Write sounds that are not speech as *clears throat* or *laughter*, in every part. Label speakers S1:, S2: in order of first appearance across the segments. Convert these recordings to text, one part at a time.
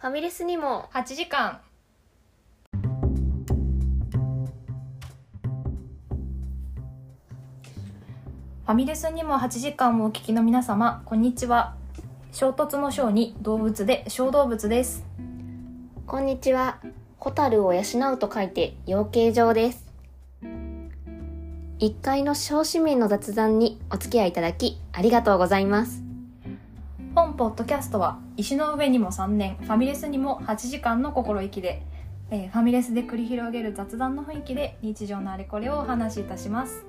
S1: ファミレスにも
S2: 8時間ファミレスにも8時間をお聞きの皆様こんにちは衝突の章に動物で小動物です
S1: こんにちは蛍を養うと書いて養鶏場です1階の小市民の雑談にお付き合いいただきありがとうございます
S2: 本ポッドキャストは石の上にも3年ファミレスにも8時間の心意気で、えーファミレスで繰り広げる雑談の雰囲気で日常のあれこれをお話しいたします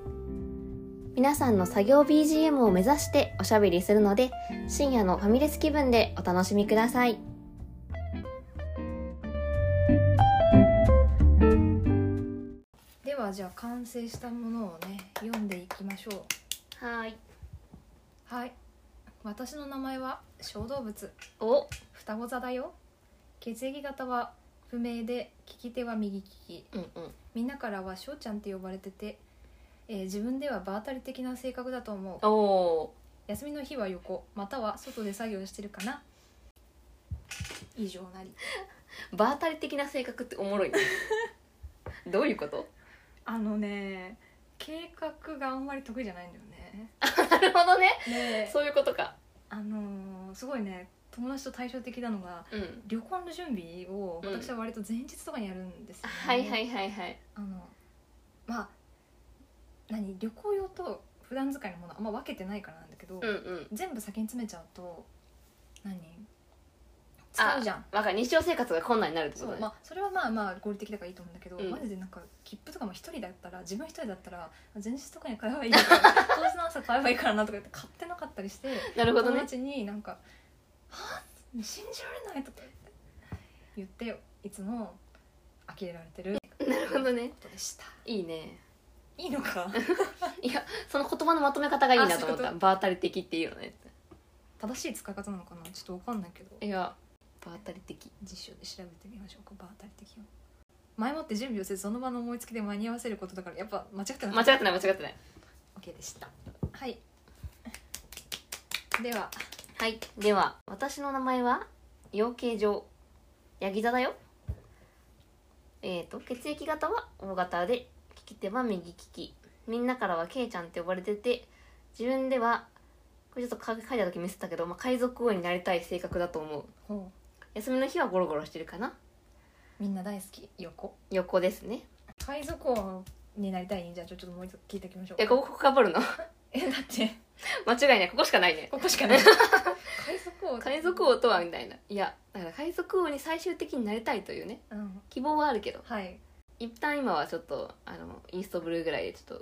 S1: 皆さんの作業 BGM を目指しておしゃべりするので深夜のファミレス気分でお楽しみください
S2: ではじゃあ完成したものをね読んでいきましょう
S1: はい
S2: はい私の名前は小動物
S1: お
S2: 双子座だよ血液型は不明で利き手は右利き
S1: うんうん
S2: みんなからは翔ちゃんって呼ばれてて、えー自分では場当たり的な性格だと思う
S1: おお
S2: 休みの日は横または外で作業してるかな以上なり
S1: 場当たり的な性格っておもろい *laughs* ねどういうこと
S2: あのね計画があんまり得意じゃないんだよね
S1: なるほどね
S2: ね
S1: そういうことか
S2: あのーすごいね友達と対照的なのが
S1: うん
S2: 旅行の準備を
S1: うん
S2: 私は割と前日とかにやるんですよ、ね
S1: はいはいはいはい
S2: あのまあ何旅行用と普段使いのものあんま分けてないからなんだけど、
S1: うんうん
S2: 全部先に詰めちゃうと何使うじゃん
S1: わかる日常生活が困難になるってこ
S2: そ
S1: と
S2: う
S1: ね
S2: まあ、それはまあまあ合理的だからいいと思うんだけど、
S1: うん
S2: マジでなんか切符とかも一人だったら自分一人だったら前日とかに買えばいいから
S1: *laughs*
S2: 当日の朝買えばいいからなとか言って買ってなかったりして
S1: なるほど
S2: 友
S1: ね
S2: 達になんか「はぁ信じられない」とか言って言っていつも呆れられてる
S1: なるほどね
S2: ことでした。
S1: いいね
S2: いいのか
S1: いやその言葉のまとめ方がいいなと思っ
S2: あそういう
S1: た
S2: こ
S1: 場当たり的っていうのね
S2: 正しい使い方なのかなちょっとわかんないけど
S1: いや場当たり的
S2: 実証で調べてみましょうかバータリ的を前もって準備をせずその場の思いつきで間に合わせることだからやっぱ間違ってな
S1: 間違
S2: かっ
S1: ってない間違ってない
S2: OK でしたはいでは
S1: はいでは私の名前は養鶏場ヤギ座だよえー、と血液型は O 型で利き手は右利きみんなからはケイちゃんって呼ばれてて自分ではこれちょっと書いた時ミスったけど、まあ、海賊王になりたい性格だと思う
S2: ほ
S1: 休みの日はゴロゴロしてるかな
S2: うみんな大好き横
S1: 横ですね
S2: 海賊王になりたいじゃあちょっともう一度聞いていきましょう
S1: えここかぶるの *laughs*
S2: えだって
S1: 間違いないここしかないね
S2: ここしかない海賊王
S1: 海賊王とはみたいないやだから海賊王に最終的になりたいというね
S2: うん
S1: 希望はあるけど
S2: はい
S1: 一旦今はちょっとあのインストブルーぐらいでち *laughs* ょっ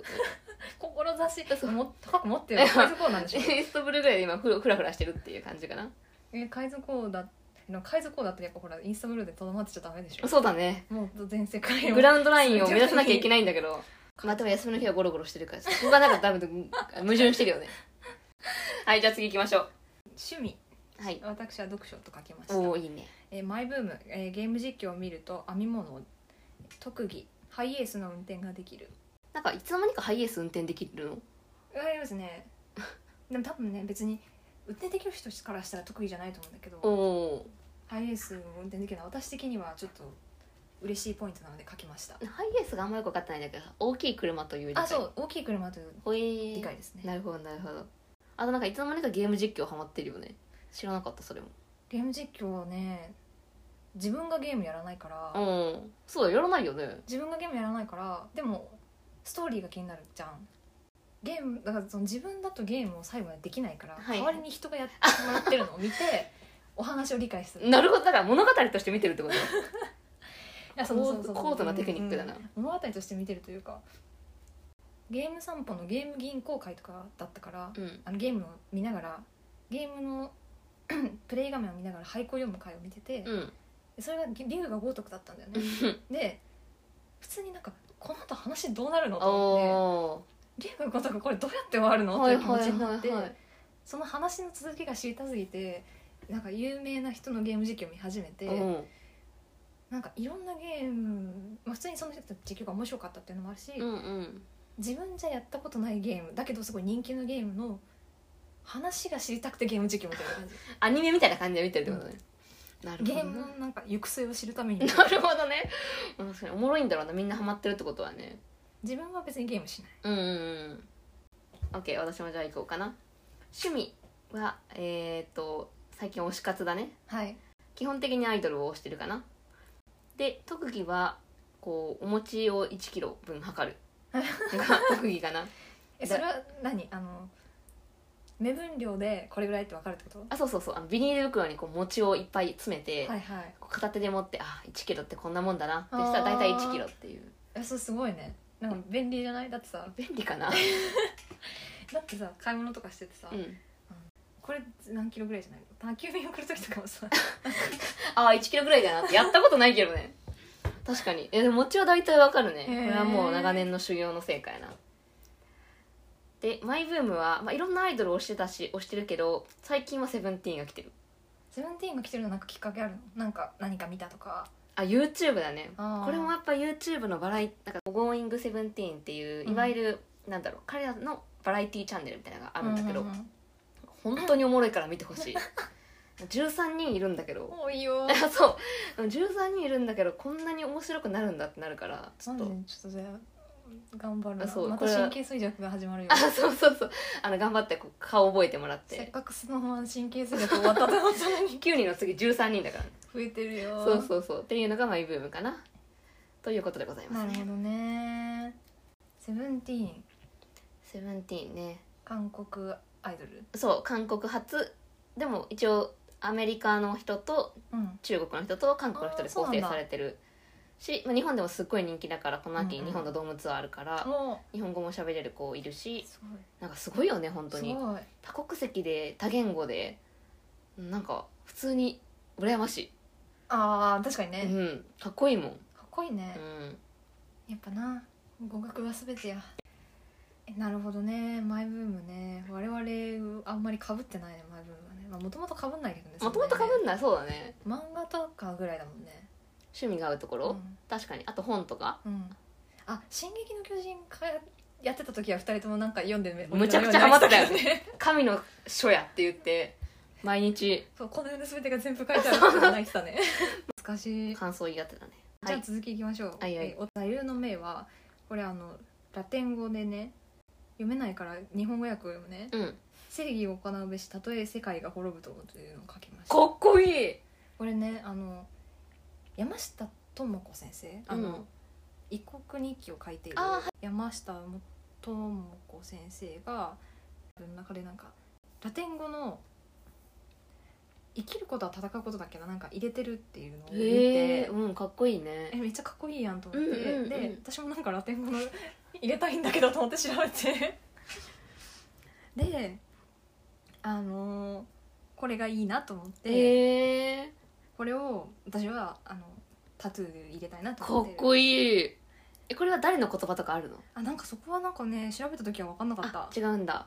S2: 志
S1: そう
S2: も高く持ってる海賊王なんでし
S1: と
S2: ょ
S1: インストブルーぐらいで今ふらふらふらしてるっていう感じかな
S2: え海賊王だの海賊王だったらやっぱほらインスタブルーでとどまってちゃダメでし
S1: *laughs*
S2: ょ
S1: そうだね
S2: もう全世界
S1: *laughs*
S2: を
S1: グラウンドラインを目指さなきゃいけないんだ *laughs* けどまあでも休みの日はゴロゴロしてるからそ *laughs* こがなんか多分矛盾してるよね *laughs* はいじゃあ次行きましょう
S2: 趣味
S1: はい
S2: 私は読書と書きました、
S1: おおいいね
S2: えーマイブーム、えーゲーム実況を見ると編み物を特技ハイエースの運転ができる
S1: なんかいつの間にかハイエース運転できるの
S2: わかりま
S1: *laughs*
S2: すねでも多分ね別に運転できる人からしたら特技じゃないと思うんだけ
S1: お
S2: ど
S1: お
S2: ハイエースを運転できるのは私的にはちょっと嬉しいポイントなので書きました
S1: ハイエースがあんまよく分かってないんだけど大きい車という理解
S2: あそう大きい車という
S1: ほえー
S2: 理解ですね、
S1: なるほどなるほどあとなんかいつの間にかゲーム実況ハマってるよね知らなかったそれも
S2: ゲーム実況はね自分がゲームやらないから、
S1: うんそうだやらないよね
S2: 自分がゲームやらないからでもストーリーが気になるじゃんゲームだからその自分だとゲームを最後までできないから、
S1: はい
S2: 代わりに人がやってもらってるのを
S1: *laughs*
S2: 見てお話を理解する
S1: なるほどだから物語として見てるってこと
S2: や
S1: 高度なテクニックだな
S2: うん物語として見てるというかゲーム散歩のゲーム銀行会とかだったから、
S1: うん
S2: あのゲームを見ながらゲームの *clears throat* プレイ画面を見ながら俳句を読む会を見てて、
S1: うん
S2: それが竜が豪徳だったんだよね
S1: *laughs*
S2: で普通になんかこの後話どうなるのと思って
S1: お
S2: リュウのことがこれどうやって終わるの
S1: お
S2: と
S1: はいいう
S2: 気持
S1: は
S2: ち
S1: い
S2: になっ
S1: は
S2: て
S1: いはい
S2: その話の続きが知りたすぎてなんか有名な人のゲーム実況を見始めて、
S1: うん
S2: なんかいろんなゲーム、まあ、普通にその人たちの実況が面白かったっていうのもあるし、
S1: うんうん
S2: 自分じゃやったことないゲームだけどすごい人気のゲームの話が知りたくてゲーム実況みたいな感じ
S1: アニメみたいな感じで見てるってことねなるほど
S2: ゲ
S1: ね
S2: ームのなんか行く末を知
S1: *laughs*
S2: るために
S1: なるほどねうん確かにおもろいんだろうなみんなハマってるってことはね
S2: 自分は別にゲームしない
S1: うんうんうん OK 私もじゃあ行こうかな趣味はえっ、ー、と最近推し活だね
S2: はい
S1: 基本的にアイドルを推してるかなで特技はこうお餅を1キロ分測るが特技か
S2: *laughs*
S1: な
S2: えそ
S1: だ
S2: れは何あの目分量でこれぐらいって分かるってこと
S1: あそうそうそうあのビニール袋にこう餅をいっぱい詰めて、
S2: はいはい
S1: こう片手で持ってあ1キロってこんなもんだなってしたら大体1キロっていう
S2: えそれすごいねなんか便利じゃないだってさ
S1: 便利かな
S2: だってさ買い物とかしててさ、
S1: うん
S2: これ何キロぐらいじゃない宅急便送る時とか
S1: *laughs*
S2: もさ
S1: あ1キロぐらいだなってやったことないけどね確かにえでも餅は大体わかるね
S2: へー
S1: これはもう長年の修行の成果やなでマイブームは、まあ、いろんなアイドルを推してたし推してるけど最近はセブンティーンが来てる
S2: セブンティーンが来てるのなんかきっかけあるのなんか何か見たとか
S1: あ YouTube だね
S2: あー
S1: これもやっぱ YouTube のバラエなんか「Going Seventeen」っていう
S2: うん
S1: いわゆる、なんだろう彼らのバラエティチャンネルみたいなのがあ
S2: あ
S1: るんだけど、
S2: うんうんうん
S1: 本当におもろいから見てほし
S2: *laughs*
S1: い13人いるんだけど
S2: 多いよ
S1: あ *laughs* そうでも13人いるんだけどこんなに面白くなるんだってなるからち
S2: ち
S1: ょ
S2: ょ
S1: っ
S2: っ
S1: と
S2: とちょっとじゃあ頑張るな
S1: あそう
S2: ま
S1: こ
S2: た
S1: れは
S2: 神経衰弱が始まるよ
S1: あそうそうそうあの頑張ってこう顔覚えてもらっ
S2: *laughs* せってかくスノーマン神経衰弱終わったと
S1: *laughs*
S2: 思ったのに
S1: 9人の次13人だからね
S2: 増えてるよ
S1: そうそうそうっていうのがマイブームかなということでございま
S2: な
S1: す
S2: るほ
S1: ね
S2: どねセブンティーン
S1: セブンティーンね
S2: 韓国アイドル
S1: そう韓国発でも一応アメリカの人と
S2: うん
S1: 中国の人と韓国の人で構
S2: あーそうな
S1: 成
S2: んだ
S1: されてるし、まあ、日本でもすっごい人気だからこの秋
S2: うんうん
S1: 日本のドームツアーあるから、
S2: も
S1: 日本語も喋れる子いる
S2: う
S1: し
S2: すごい
S1: なんかすごいよね本当に
S2: すごい
S1: 多国籍で多言語でなんか普通に羨まし
S2: あー確かに
S1: い、
S2: ね、
S1: う
S2: か
S1: ん、かっこいいもん、
S2: っこいいうね、
S1: ん、
S2: やっぱな語学は全てやえなるほどねマイブームね我々あんまりかぶってないねマイブームはねまあもともとかぶんないけどね
S1: もともとか
S2: そんな
S1: ぶんないそうだね
S2: にね漫画とかぐらいだもんね
S1: 趣味が合うところ、確かにあと本とか
S2: うん、うん、あ「進撃の巨人」かやってた時は2人ともなんか読んでめ
S1: むちゃくちゃハマってたよね
S2: ね
S1: 神の書やって言って毎日
S2: *laughs* そうこの世の全てが全部書いてあるって泣いて
S1: *laughs*
S2: たね懐かしい
S1: 感想言い合ってたねは
S2: じゃあ
S1: い
S2: 続きいきましょう。
S1: はいはい
S2: えお座右の銘はこれあのラテン語でね読めないから日本語訳を読むね。
S1: うん
S2: 正義を行うべしたとえ世界が滅ぶともというのを書きました。
S1: かっこいい
S2: これねあの山下智子先生あの、
S1: うん
S2: 異国日記を書いている
S1: あーは
S2: 山下智子先生が自分の中でなんかラテン語の生きることは戦うことだっけどなんか入れてるっていうのを見て。
S1: へえうんかっこいいね
S2: えめっちゃかっこいいやんと思って、
S1: うんうんうん
S2: で私もなんかラテン語の入れたいんだけどと思って調べて *laughs* であのーこれがいいなと思って、
S1: へえ
S2: これを私はあのタトゥー入れたいなと
S1: か
S2: 思
S1: っ
S2: ってる
S1: こいいえこれは誰の言葉とかあるの
S2: あなんかそこはなんかね調べた時は分かんなかった
S1: あ違うんだ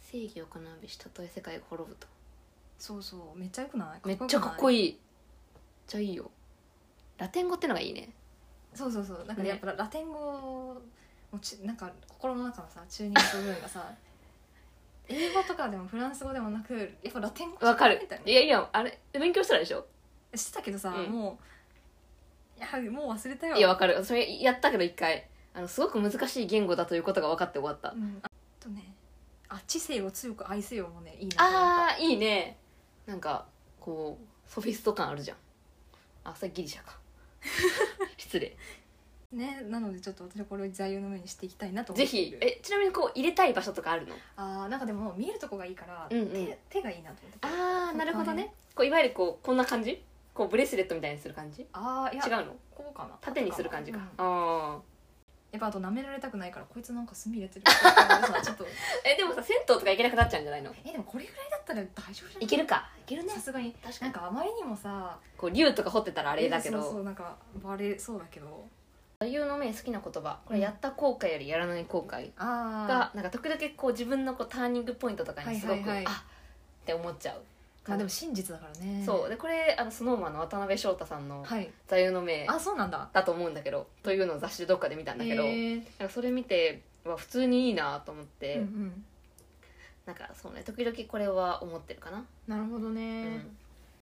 S1: 正義を行うべしたとえ世界が滅ぶと
S2: そうそうめっちゃよくない
S1: めっちゃかっこ
S2: いい
S1: いいめっちゃいいよラテン語ってのがいいね
S2: そうそうそうなんかね
S1: ね
S2: やっぱラテン語もちなんか心の中のさ中二の部分がさ英語とかでもフランス語でもなくやっぱラテン語じゃない
S1: わかる
S2: みたいない
S1: やいやあれ勉強したらでしょ
S2: してたけどさ、
S1: うん
S2: もういやもう忘れたよ
S1: いやわかるそれやったけど一回あのすごく難しい言語だということが分かって終わった
S2: うんあとねあ知性を強く愛せよもねいいなと思った
S1: あーいいねなんかこうソフィスト感あるじゃんあそれギリシャ *laughs* か失礼
S2: ねなのでちょっと私はこれを座右の目にしていきたいなと思
S1: ぜ
S2: ってい
S1: ひ
S2: る
S1: えちなみにこう入れたい場所とかあるの
S2: あーなんかでも見えるとこがいいから、
S1: うんうん
S2: 手手がいいなと思って
S1: あーなるほど
S2: こ
S1: ねこういわゆるこうこんな感じこうブレスレットみたいにする感じ違う
S2: あーいや
S1: の
S2: こうかな
S1: 縦にする感じか
S2: うん
S1: ああ
S2: やっぱあと舐められたくないからこいつなんか墨入れてるって言っ
S1: *laughs*
S2: たらさちょっと
S1: えでもさ銭湯とか行けなくなっちゃうんじゃないの
S2: えでもこれぐらいだったら大丈夫じゃない
S1: 行けるか行けるね
S2: さすがに
S1: 確か
S2: なん
S1: に
S2: かあまりにもさ
S1: こう竜とか掘ってたらあれだけ
S2: そうそ
S1: ど
S2: うなんかバレそうだけど
S1: 座右の銘好きな言葉これやった後悔よりやらない後悔
S2: ああ
S1: がなんか時々こう自分のこうターニングポイントとかにすごく、
S2: はいはいはい
S1: あって思っちゃう
S2: まあでも真実だからね
S1: そうでこれあのスノーマンの渡辺翔太さんの
S2: はい
S1: 座右の銘
S2: あそうなんだ
S1: だと思うんだけどというのを雑誌でどっかで見たんだけど、
S2: へー
S1: なんかそれ見ては普通にいいなと思って、
S2: うんうん、
S1: なんかそうね時々これは思ってるかな、
S2: なるほどね、
S1: うん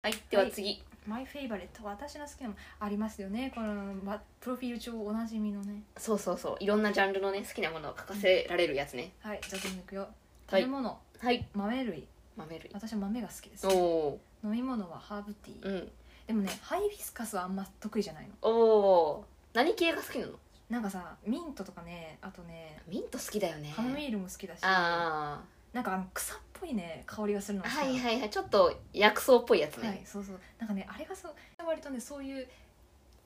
S1: はいでは次、
S2: マイフェイバレット私の好きなのありますよねこのまプロフィール帳おなじみのね
S1: そうそうそういろんなジャンルのね好きなものを書かせられるやつね
S2: はいじゃあどんどんいくよ食べ物、
S1: はい
S2: 豆類
S1: 豆類
S2: 私は豆が好きです
S1: おお
S2: 飲み物はハーブティ
S1: ー
S2: ー、
S1: うん
S2: でもねハイビスカスはあんま得意じゃないの
S1: おお何系が好きなの
S2: なんかさミントとかねあとね
S1: ミント好きだよね
S2: ハムミールも好きだしな
S1: あ
S2: んかあの草っぽいね香りがするの
S1: あ
S2: が好き
S1: は
S2: なの
S1: いはいはいちょっと薬草っぽいやつね、
S2: はい、そうそうなんかねあれがそう割とねそういう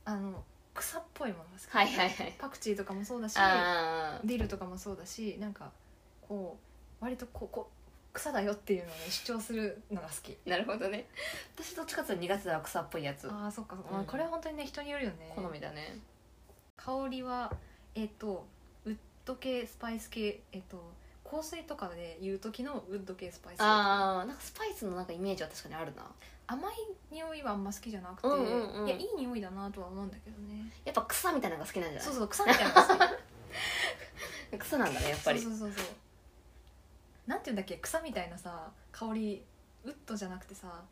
S2: あの草っぽいものが好き
S1: はいはいはい
S2: パクチーとかもそうだし
S1: あ
S2: ディルとかもそうだしなんかこう割とこうこう草だよっていうのを、ね、主張するのが好き
S1: あなるほどね私どっちかっていうと苦手は草っぽいやつ
S2: あーそっかそっか、
S1: うん
S2: まあこれは本当にね人によるよね
S1: 好みだね
S2: 香りはえっ、とウッド系スパイス系えっ、と香水とかで言う時のウッド系スパイス
S1: ああなんかスパイスのなんかイメージは確かにあるな
S2: 甘い匂いはあんま好きじゃなくて、
S1: うんうんうん
S2: いやいい匂いだなとは思うんだけどね
S1: やっぱ草みたいなのが好きなんじゃない
S2: そうそう草みたいなのが好 *laughs* き
S1: 草なんだねやっぱり
S2: そうそうそうそうなんていうんだっけ草みたいなさ香りウッドじゃなくてさ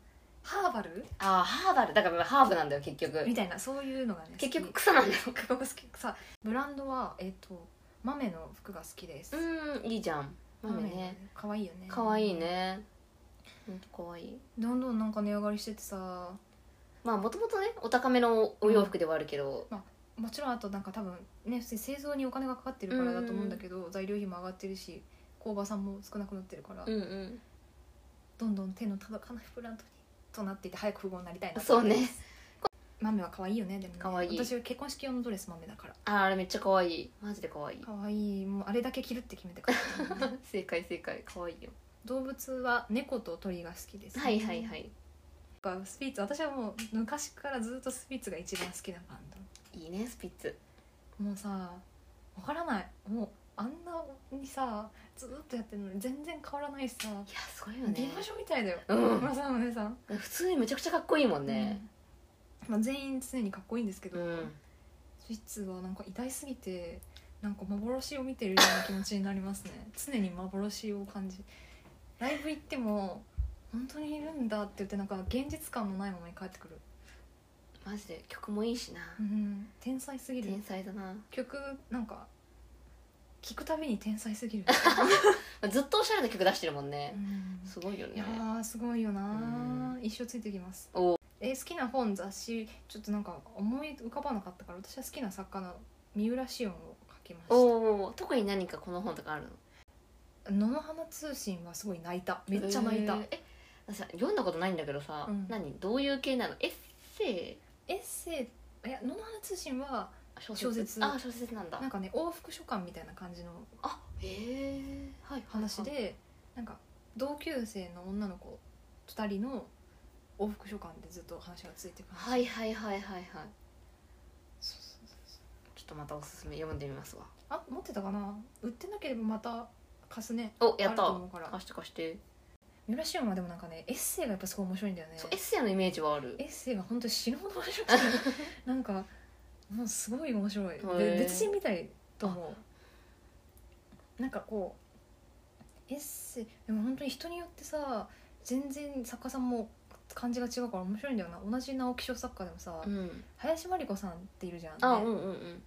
S2: ハーバル
S1: ああハーバルだからハーブなんだよ結局
S2: みたいなそういうのがね好き
S1: 結局草なんだよ
S2: 結局好きさブランドはえっ、と豆の服が好きです、
S1: うんいいじゃん豆ね
S2: 可愛いよね
S1: 可愛いねほんと可愛い
S2: どんどんなんか値上がりしててさ
S1: まあもともとねお高めのお洋服ではあるけど、
S2: もちろんあとなんか多分ね普通に製造にお金がかかってるからだと思うんだけど、材料費も上がってるし工場さんも少なくなってるから、
S1: うんうん
S2: どんどん手の届かないブランドにとなっていて早く富豪になりたいな
S1: そうね
S2: 豆は可愛いよねでもね
S1: 可愛い
S2: 私は結婚式用のドレス豆だから
S1: あーあれめっちゃ可愛いマジで可愛い
S2: 可愛いもうあれだけ着るって決めてから
S1: *laughs* 正解正解可愛いよ
S2: 動物は猫と鳥が好きです、
S1: はいはいはい
S2: なんかスピッツ私はもう昔からずっとスピッツが一番好きなバン
S1: いいねスピッツ
S2: ドもうさわからないもうあんなにさずっとやってるのに全然変わらないしさ
S1: いやすごいよ
S2: ディ
S1: ね
S2: マショみたいだよ
S1: うん
S2: 村さんもねさん
S1: 普通にめちゃくちゃかっこいいもんね、
S2: うんまあ、全員常にかっこいいんですけど、
S1: うん
S2: スピッツはなんか偉大すぎてなんか幻を見てるような気持ちになりますね *laughs* 常に幻を感じライブ行っても本当にいるんだって言ってなんか現実感のないままに帰ってくる、
S1: マジで曲もいいしな、
S2: うん、天才すぎる
S1: 天才だな、ま
S2: 曲なんか聞くたびに天才
S1: *laughs*
S2: すぎる、
S1: あずっとおしゃれな曲出してるもんね
S2: う、ん
S1: すごいよ
S2: いや
S1: ね
S2: ーすごいよな
S1: う
S2: 一生ついてきます
S1: お
S2: えー好きな本雑誌ちょっとなんか思い浮かばなかったから私は好きな作家の三浦紫音を書きました
S1: おー特に何かこの本とかあるの
S2: 野々花通信はすごい泣いためっちゃ泣いた、
S1: えーえ私さ読んだことないんだけどさ、
S2: うん
S1: 何どういう系なのエッセイ
S2: エッセイいや野々花通信は
S1: あ小
S2: 小説
S1: あ小説なんだ
S2: なんかね往復書簡みたいな感じの
S1: あへえはいはいはい
S2: 話で、なんか同級生の女の子2人の往復書簡でずっと話がついてくる
S1: はいはいはいはいはい
S2: そうそうそうそう
S1: ちょっとまたおすすめ読んでみますわ
S2: あ持ってたかな売ってなければまた貸すね
S1: おやっ
S2: あると
S1: た
S2: 思うから
S1: 貸して貸して
S2: 三浦紫音はでもなんかねエッセイがやっぱすごい面白いんだよね
S1: そうエッセイのイメージはある
S2: エッセイが本当に死ぬほど面白
S1: *laughs*
S2: くてなんかもうすごい面白い
S1: へ
S2: で
S1: え
S2: 別人みたいと思うなんかこうエッセイでも本当に人によってさ全然作家さんも感じが違うから面白いんだよな同じ直木賞作家でもさ、
S1: うん
S2: 林真理子さんっているじゃん、ね、
S1: あうんうんうん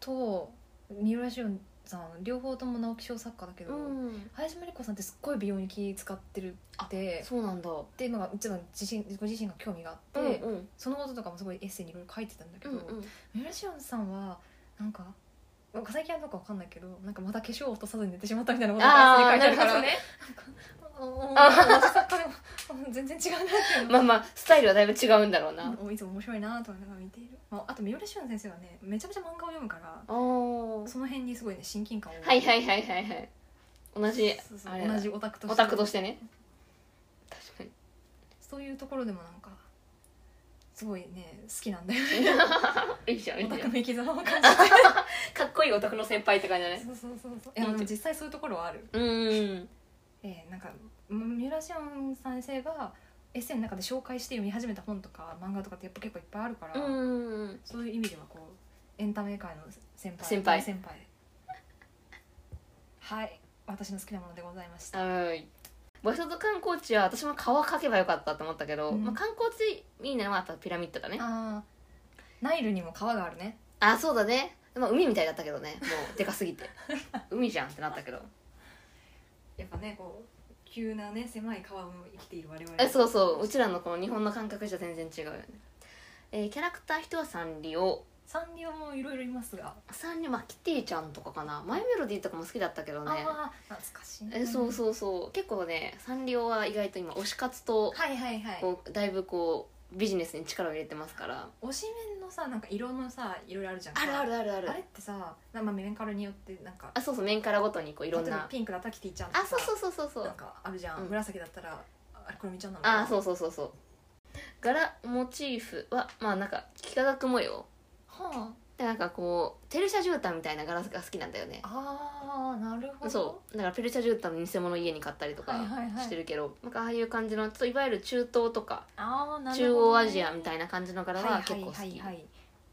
S2: と三浦紫音さん両方とも直木賞作家だけど、
S1: うん
S2: 林真理子さんってすっごい美容に気使ってるって
S1: そうなんだ
S2: で、まあ、一番自身ご自身が興味があって、
S1: うんうん
S2: そのこととかもすごいエッセイにいろいろ書いてたんだけ
S1: う
S2: ど、
S1: んうん
S2: 三浦紫音さんはなんかなんか最近はどうかわかんないけどなんかまた化粧を落とさずに寝てしまったみたいなこと
S1: あ
S2: が
S1: あ
S2: エッ
S1: な
S2: セイに
S1: る
S2: 書いて
S1: ほ
S2: あ
S1: どね
S2: るからなんか同じ作家でもうん全然違うなっていうの
S1: まあまあスタイルはだいぶ違うんだろうな
S2: うんいつも面白いなと思いながら見ている、まあ、あと三浦紫音先生はねめちゃめちゃ漫画を読むから
S1: おー
S2: その辺にすごいね親近感を
S1: はいはいはいはいはい同じ
S2: そうそう
S1: あれだ
S2: 同じオタクと
S1: オタクとしてね確かに
S2: そういうところでもなんかすごいね好きなんだよね
S1: いいじゃんいい
S2: オ
S1: じゃん
S2: タクの生き様を感じ
S1: かっこいいオタクの先輩って感じだ
S2: て
S1: ね
S2: そうそうそうそういやでも実際そういうところはある
S1: うーん
S2: えー、なんかうん三浦紫音先生がエッセイの中で紹介して読み始めた本とか漫画とかってやっぱ結構いっぱいあるから、
S1: うん
S2: そういう意味ではこうエンタメ界の先輩
S1: 先輩
S2: 大先輩はい私の好きなものでございました
S1: はーい場所と観光地は私も川描けばよかったと思ったけど、
S2: うん
S1: まあ、観光地いいのはやっぱピラミッドだね
S2: あーナイルにも川があるね
S1: あそうだねまあ海みたいだったけどねもうでかすぎて海じゃんってなったけど
S2: やっぱねこう急なね狭い川も生きている我々
S1: えそうそううちらのこの日本の感覚じゃ全然違うよねえーキャラクター人はサンリオ
S2: サンリオもいろいろいますが、
S1: サンリオまあキティちゃんとかかなマイメロディーとかも好きだったけど
S2: あ
S1: ね
S2: あー懐かしいね
S1: えそうそうそう結構ねサンリオは意外と今推し活と
S2: はいはいはい
S1: こうだいぶこうビジネスに力を入れてますから
S2: 推しメンのさなんか色のさいろいろあるじゃん
S1: あるあるあるある
S2: あれってさなまあメンカルによってなんか
S1: あそうそう面からごとにこういろん
S2: 例えば
S1: な
S2: ピンクだったらキティちゃんとか
S1: あそうそうそうそうそ
S2: な
S1: うん
S2: かあるじゃん、
S1: うん
S2: 紫だったらあくるみちゃんなのかな
S1: あそうそうそうそう柄モチーフはまあなんか幾何学模様
S2: は
S1: でなんかこうペルシャ絨毯みたいな柄が好きなんだよね
S2: ああーなるほど
S1: そうだからペルシャ絨毯の偽物を家に買ったりとか
S2: はいはいはい
S1: してるけど、なんかああいう感じのちょっといわゆる中東とか
S2: あーなるほどね、
S1: 中央アジアみ
S2: い
S1: たいな感じの柄は結構好き、
S2: はいはいはいはい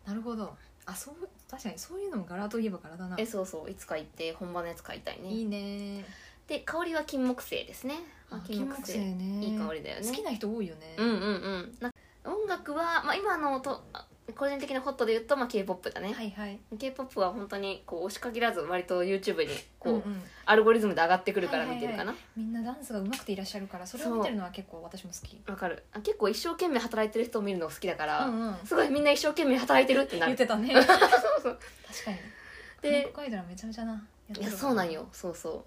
S2: なるほどあそう確かにそういうのも柄といえば柄だな
S1: えそうそういつか行って本場のやつ買いたいね
S2: いいね
S1: で香りは金木犀ですねあ金木犀
S2: ね
S1: いい香りだよね
S2: 好きな人多いよね、
S1: うんうんうんな音楽は、まあ、今のとあ個人的なホットで言うと、まあ、k p o p だね、
S2: はいはい
S1: k p o p は本当にこう押し限らず割と YouTube にこう、
S2: んん
S1: アルゴリズムで上がってくるから見てるかなわ、
S2: みんなダンスが上手くていらっしゃるからそれを見てるのは結構私も好き
S1: かるあ結構一生懸命働いてる人を見るの好きだから、
S2: うんうん
S1: すごいみんな一生懸命働いてるってな
S2: 言
S1: る
S2: ってた
S1: *laughs*
S2: ね確かに
S1: で
S2: 韓国アイドルはめちゃめちゃなやって
S1: い
S2: る
S1: や
S2: から
S1: そうなんよそうそ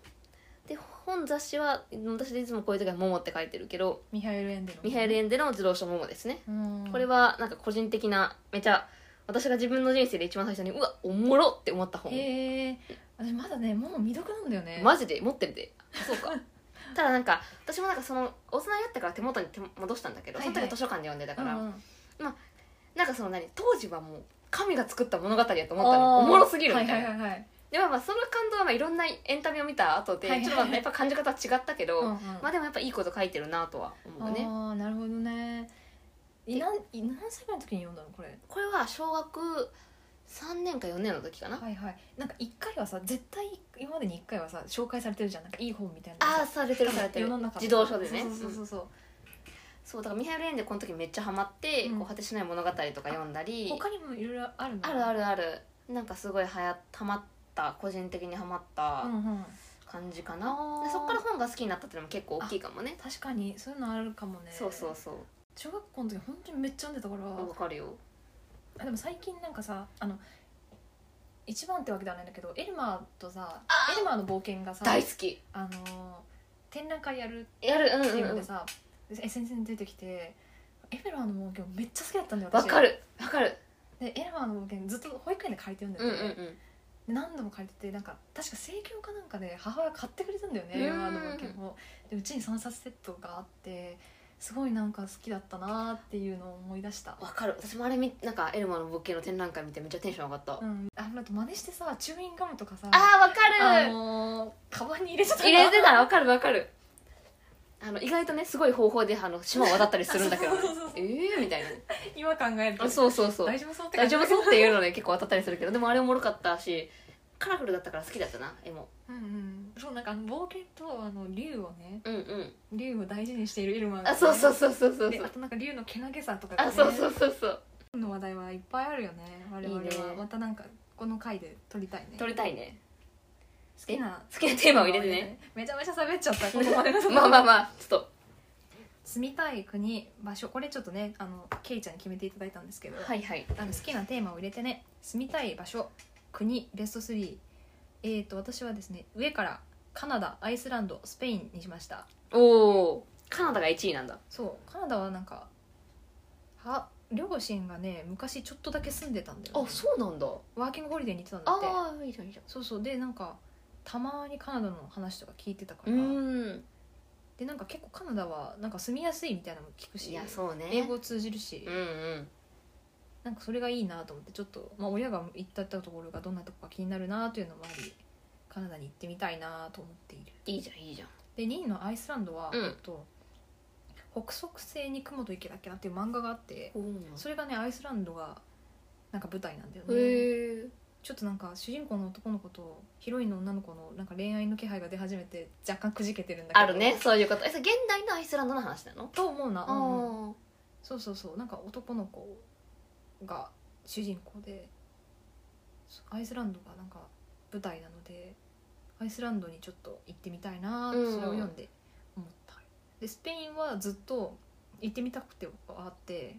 S1: うで本雑誌は私でいつもこういう時は「モモって書いてるけど
S2: ミハエル・エンデル
S1: ミハエル・エンデの自動車モモですね
S2: うん
S1: これはなんか個人的なめちゃ私が自分の人生で一番最初にうわおもろって思った本、
S2: へえ私まだねもう未読なんだよね
S1: マジで持ってるでそう
S2: *laughs*
S1: かただなんか私もなんかその大人になってから手元に手戻したんだけど、
S2: はいはい
S1: その時は図書館で読んでたから、
S2: うんうん
S1: なんかその何当時はもう神が作った物語やと思ったのおもろすぎるみたいな、
S2: はいはいはいはい
S1: でもまあその感動はまあいろんなエンタメを見た後で、
S2: はいはいはい
S1: ちょっとまあやっぱ感じ方は違ったけど、
S2: うんうん
S1: まあでもやっぱいいこと書いてるなとは思うね
S2: ああなるほどねいなんい何歳ぐらいの時に読んだのこれ
S1: これは小学3年か4年の時かな、
S2: はいはいなんか一回はさ絶対今までに一回はさ紹介されてるじゃんなんかいい本みたいな
S1: ああ
S2: さ
S1: されてるされてる
S2: 世の中の
S1: 自動書でね
S2: そうそうそううんそう、
S1: そうだからミハエル・エンデこの時めっちゃハマって「
S2: うん
S1: こう果てしない物語」とか読んだり
S2: 他にもいろいろあるの
S1: あるあ
S2: る
S1: るあるなんかすごいはやハマった個人的にハマった
S2: うんうん
S1: 感じかな、
S2: あー
S1: でそっから本が好きになったっていうのも結構大きいかもね
S2: 確かにそういうのあるかもね
S1: そうそうそう
S2: 小学校の時本当にめっちゃ読んでたから、
S1: わかるよ
S2: あでも最近なんかさあの一番ってわけではないんだけどエルマーとさエルマーの冒険がさ
S1: 大好き
S2: あのー展覧会やる
S1: やる
S2: って
S1: う
S2: い
S1: ん
S2: う
S1: う
S2: の
S1: ん
S2: でさ、SNS に出てきてエルマーの冒険めっちゃ好きだったんだよ
S1: わかるわかる
S2: でエルマーの冒険ずっと保育園で借りて読んで
S1: う
S2: て、
S1: んうんうん
S2: で何度も借りててなんか確か生協かなんかで母親買ってくれたんだよね
S1: うん
S2: エルマーの冒険をでうちに3冊セットがあってすごいなんか好きだったなーっていうのを思い出した
S1: わかる私もあれみなんかエルマの冒険の展覧会見てめっちゃテンション上がった、あ
S2: うん、ああと真似してさチューインガムとかさ
S1: あわか
S2: あ
S1: る
S2: のー、カバンに入れてた
S1: 入れてたらわかるわかるあの意外とねすごい方法であの島を渡ったりするんだけ *laughs* ど、ね
S2: あそうそうそう、
S1: ええー、みたいな
S2: *laughs* 今考え
S1: *laughs*
S2: ると
S1: あそうそうそう
S2: 大丈夫そうって
S1: 大
S2: 感じ
S1: 丈夫そうっていうので結構当たったりするけどでもあれおもろかったしカラフルだったから好きだったな絵も
S2: うんうんそうなんかあの冒険とあの竜をね
S1: うんうん
S2: 竜を大事にしているエルマンがね、
S1: あそうそうそうそうそう
S2: で
S1: そ
S2: あ
S1: う
S2: となんか竜のけなげさとかが、ね、
S1: あそうそうそうそう
S2: 竜の話題はいっぱいあるよね我々はい
S1: いね
S2: またなんかこの回で撮りたいね
S1: 撮りたい *laughs* ね
S2: 好きな
S1: 好きなテーマを入れてね
S2: めちゃめちゃ喋っちゃったここま
S1: *laughs*
S2: での
S1: まあまあまあちょっ
S2: 住みたい国場所これちょっとねあのケイちゃんに決めていただいたんですけど、
S1: とはいはい
S2: あの好きなテーマを入れてね住みたい場所国ベスト3えー、と私はですね上からカナダアイスランドスペインにしました
S1: おおカナダが1位なんだ
S2: そうカナダはなんかは両親がね昔ちょっとだけ住んでたんだよ、ね、
S1: あそうなんだ
S2: ワーキングホリデーに行ってたんだって
S1: ああいいじゃんいいじゃ
S2: そうそうでなんかたまにカナダの話とか聞いてたから
S1: んうん
S2: でなんか結構カナダはなんか住みやすいみたいなのも聞くし
S1: いやそうね
S2: 英語通じるし、
S1: うんうん
S2: なんかそれがいいなと思ってちょっと、まあ、親が行ったったところがどんなとこか気になるなというのもありカナダに行ってみたいなと思っている
S1: いいじゃんいいじゃん
S2: で2位のアイスランドは、
S1: うん
S2: えっと「北極星に雲と池だけな」っていう漫画があって
S1: お
S2: それがねアイスランドがなんか舞台なんだよね
S1: へえ
S2: ちょっとなんか主人公の男の子とヒロインの女の子のなんか恋愛の気配が出始めて若干くじけてるんだけど
S1: あるねそういうことえそれ現代のアイスランドの話なの
S2: と思うな、
S1: あ
S2: うんうん
S1: ー
S2: そうそうそうなんか男の子が主人公でそうアイスランドがなんか舞台なのでアイスランドにちょっと行ってみたいなって
S1: うん
S2: それを読んで思った、でスペインはずっと行ってみたくてあって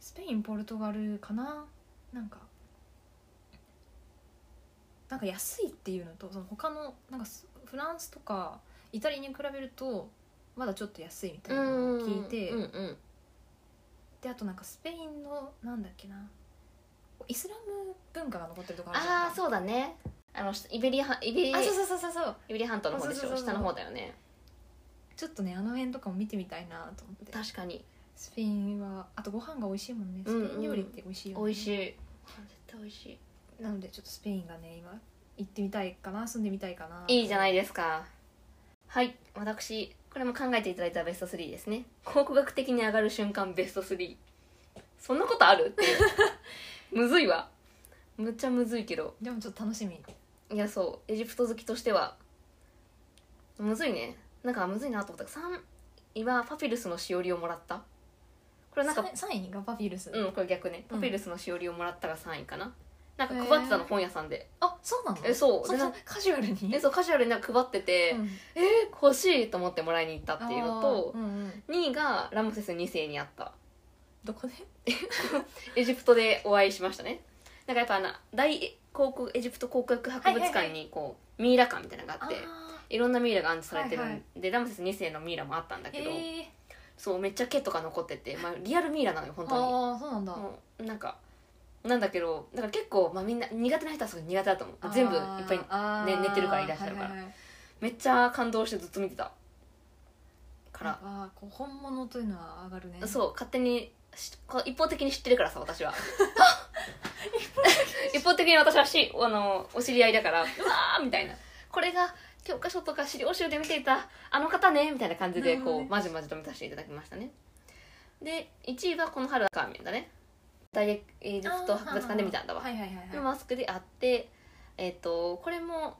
S2: スペインポルトガルかななんかなんか安いっていうのとその他のなんかすフランスとかイタリアに比べるとまだちょっと安いみたいなのを聞いて、
S1: うんうん
S2: であとなんかスペインのなんだっけなイスラム文化が残ってるとこあるじゃん
S1: ああそうだねあのイベリア半イベリ
S2: あそうそうそうそうそう
S1: イベリア半島の方でし
S2: そうそ
S1: ょ
S2: うそうそう
S1: 下の方だよね
S2: ちょっとねあの辺とかも見てみたいなと思って
S1: 確かに
S2: スペインはあとご飯が美味しいもんねス
S1: うんうん
S2: ペイン料理って美味しいよね、
S1: 美味しい絶対美味し
S2: いなのでちょっとスペインがね今行ってみたいかな住んでみたいかない
S1: いいじゃないいですかはい私これも考えていただいたベスト3ですね考古学的に上がる瞬間ベスト3そんなことあるっていう
S2: *laughs*
S1: むずいわむっちゃむずいけど
S2: でもちょっと楽しみ
S1: いやそうエジプト好きとしてはむずいねなんかむずいなと思った3位はパピルスのしおりをもらったこれなんか
S2: 3位がパピルス、
S1: うんこれ逆ね
S2: う
S1: パ
S2: ん
S1: ピルスのしおりをもらったが3位かななんか
S2: へー
S1: 配ってたの本屋さんで
S2: あそうなの
S1: えそう
S2: そん
S1: で
S2: な
S1: な
S2: カジュアルに
S1: でそうカジュアルになんか配ってて、
S2: うん
S1: えー欲しいと思ってもらいに行ったっていうのと
S2: あーうんうん
S1: 2位がラムセス2世にあった
S2: どこで
S1: エジプトでお会いしましたねなんかやっぱあの大航空エジプト航空博物館にこうミイラ館みたいなのがあって、い
S2: あ
S1: ろんなミイラが安置されてるんで、
S2: はいは
S1: ラムセス2世のミイラもあったんだ
S2: ー
S1: けど、
S2: へえ
S1: そうめっちゃ毛とか残ってて、まあ、リアルミイラなのよ本当に
S2: ああそうなんだ、
S1: もうなんかなんだけどだから結構、まあ、みんな苦手な人はすごい苦手だと思う全部いっぱい
S2: ぱ
S1: ね寝てるからいらっしゃるから
S2: はいはいはい
S1: めっちゃ感動してずっと見てたから、
S2: あーこう本物というのは上がるね
S1: そう勝手にしこ一方的に知ってるからさ私は一方的に私はしあのお知り合いだからうわーみたいなこれが教科書とか資料集で見ていたあの方ねみたいな感じで
S2: なるほど
S1: こう、
S2: ね
S1: まじまじと見させていただきましたねで1位はこの春ラーメンだね大エジプト博物館で見たんだわ
S2: はいはいはいはい
S1: のマスクであってえっ、とこれも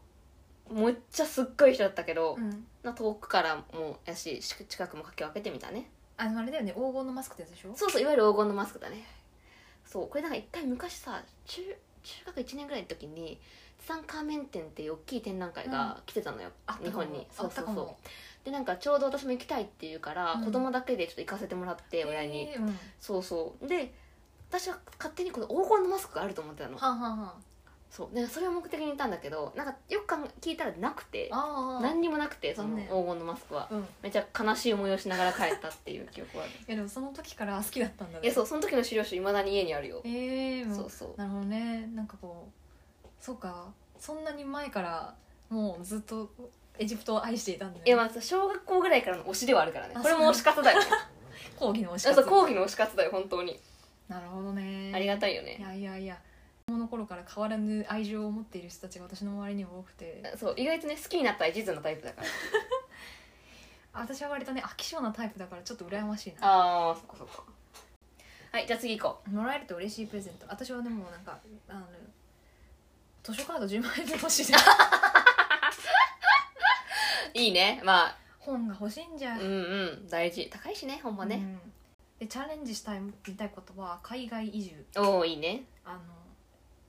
S1: めっちゃすっごい人だったけど、
S2: うん
S1: な遠くからもやしし近くも駆け分けてみたね
S2: あのあれだよね黄金のマスクってやつでしょ
S1: そうそういわゆる黄金のマスクだねそうこれなんか一回昔さ中中学1年ぐらいの時にツタンカーメン展っていう大きい展覧会が来てたのよ、
S2: あったかも
S1: 日本に
S2: あ
S1: そう
S2: った
S1: そう
S2: か
S1: そ
S2: も
S1: うでなんかちょうど私も行きたいっていうから、
S2: うん
S1: 子供だけでちょっと行かせてもらって親に、
S2: へーうんは
S1: そうそうで私は勝手にこの黄金のマスクがあると思ってたの
S2: あはあは
S1: そうでそれを目的に行ったんだけどなんかよく考え聞いたらなくて
S2: ああー
S1: 何にもなくてその
S2: 残
S1: 黄
S2: 念
S1: 金のマスクは
S2: うんい
S1: めっちゃ悲しい思いをしながら帰ったっていう記憶
S2: *laughs*
S1: はある
S2: やでもその時から好きだったんだね
S1: いやそうその時の資料集いまだに家にあるよ
S2: ええもう
S1: そうそう
S2: なるほどねなんかこうそうかそんなに前からもうずっとエジプトを愛していたんだね
S1: いやまあ小学校ぐらいからの推しではあるからね
S2: あ
S1: これも推し活 *laughs* だよね
S2: 講義の推し
S1: あ
S2: 活
S1: そう講義の推し活だよ本当に
S2: なるほどね
S1: ありがたいよ
S2: い
S1: ね
S2: やいやいや子供の頃から変わらぬ愛情を持っている人たちが私の周りには多くて
S1: そう意外とね好きになったら地図のタイプだから
S2: 私は割とね飽き性なタイプだからちょっと羨ましいな
S1: ああそっかそっかはいじゃあ次行こ
S2: もらえると嬉しいプレゼント私はでもなんかあの図書カード10万円で欲しいです
S1: う *laughs* いいねまあ
S2: 本が欲しいんじゃ
S1: うんうん大事高いしねほんま
S2: う
S1: ね、
S2: んでチャレンジしたいみたいことは海外移住
S1: おおいいね
S2: あの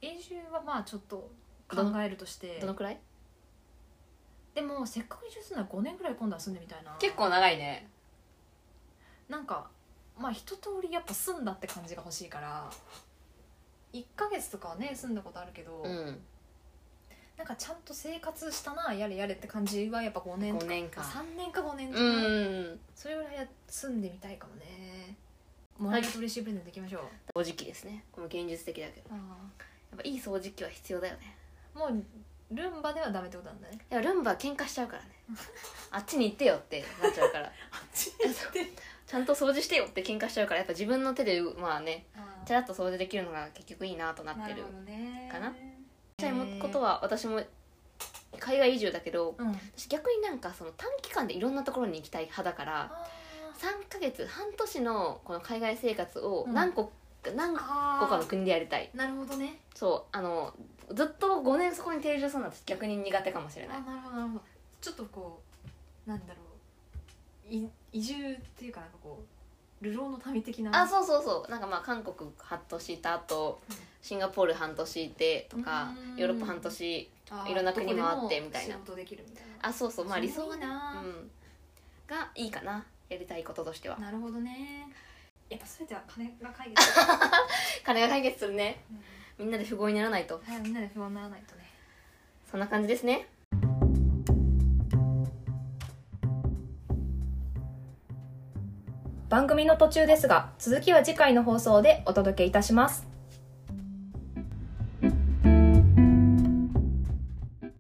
S2: 永住はまあちょっと考えるとして
S1: どのくらい
S2: でもせっかく移住するなら5年ぐらい今度は住んでみたいな
S1: 結構長いね
S2: なんかまあ一通りやっぱ住んだって感じが欲しいから1ヶ月とかはね住んだことあるけど、
S1: うん
S2: なんかちゃんと生活したなやれやれって感じはやっぱ5年
S1: 5年
S2: か
S1: 間
S2: 3年か5年と
S1: う
S2: か、
S1: ん
S2: それぐらいは住んでみたいかもねもらえると嬉しいプレゼントできましょう、
S1: 掃除機ですねこの現実的だけど
S2: あ
S1: やっぱいい掃除機は必要だよね
S2: ーもうルンバではダメってことなんだね
S1: いやルンバ喧嘩しちゃう *laughs* からねあっちに行ってよってなっ *laughs* ちゃうからちゃんと掃除してよって喧嘩しちゃうからやっぱ自分の手でまあね
S2: あー
S1: ちゃらっと掃除できるのが結局いいなとなっ
S2: な
S1: て
S2: る
S1: る
S2: ほどね
S1: かなちゃいもことは私も海外移住だけど
S2: うん
S1: 私逆になんかその短期間でいろんなところに行きたい派だから
S2: あ
S1: 3ヶ月半年のこの海外生活を
S2: うん
S1: 何個何個
S2: あ
S1: かの国でやりたい
S2: なるほどね
S1: そうあのずっと5年そこに定住するのは逆に苦手かもしれない
S2: あなるほどなるほどちょっとこうなんだろうい移住っていうかなんかこう流浪の民的な
S1: あそうそうそうなんかまあ韓国半年いた後
S2: うん
S1: シンガポール半年いてとか
S2: うん
S1: ヨーロッパ半年
S2: あ
S1: いろんな国回ってみたいな
S2: どこでも仕事できるみたいな
S1: あそうそうまあ
S2: それ
S1: 理想はね
S2: いいな
S1: うん、がいいかなやりたいこととしては
S2: なるほどねやっぱ全ては金が解決する、
S1: 金が解決するね
S2: う
S1: み
S2: ん
S1: んなで富豪にならないと
S2: はい、みんなで不安にならないとね
S1: そんな感じですね
S3: 番組の途中ですが続きは次回の放送でお届けいたします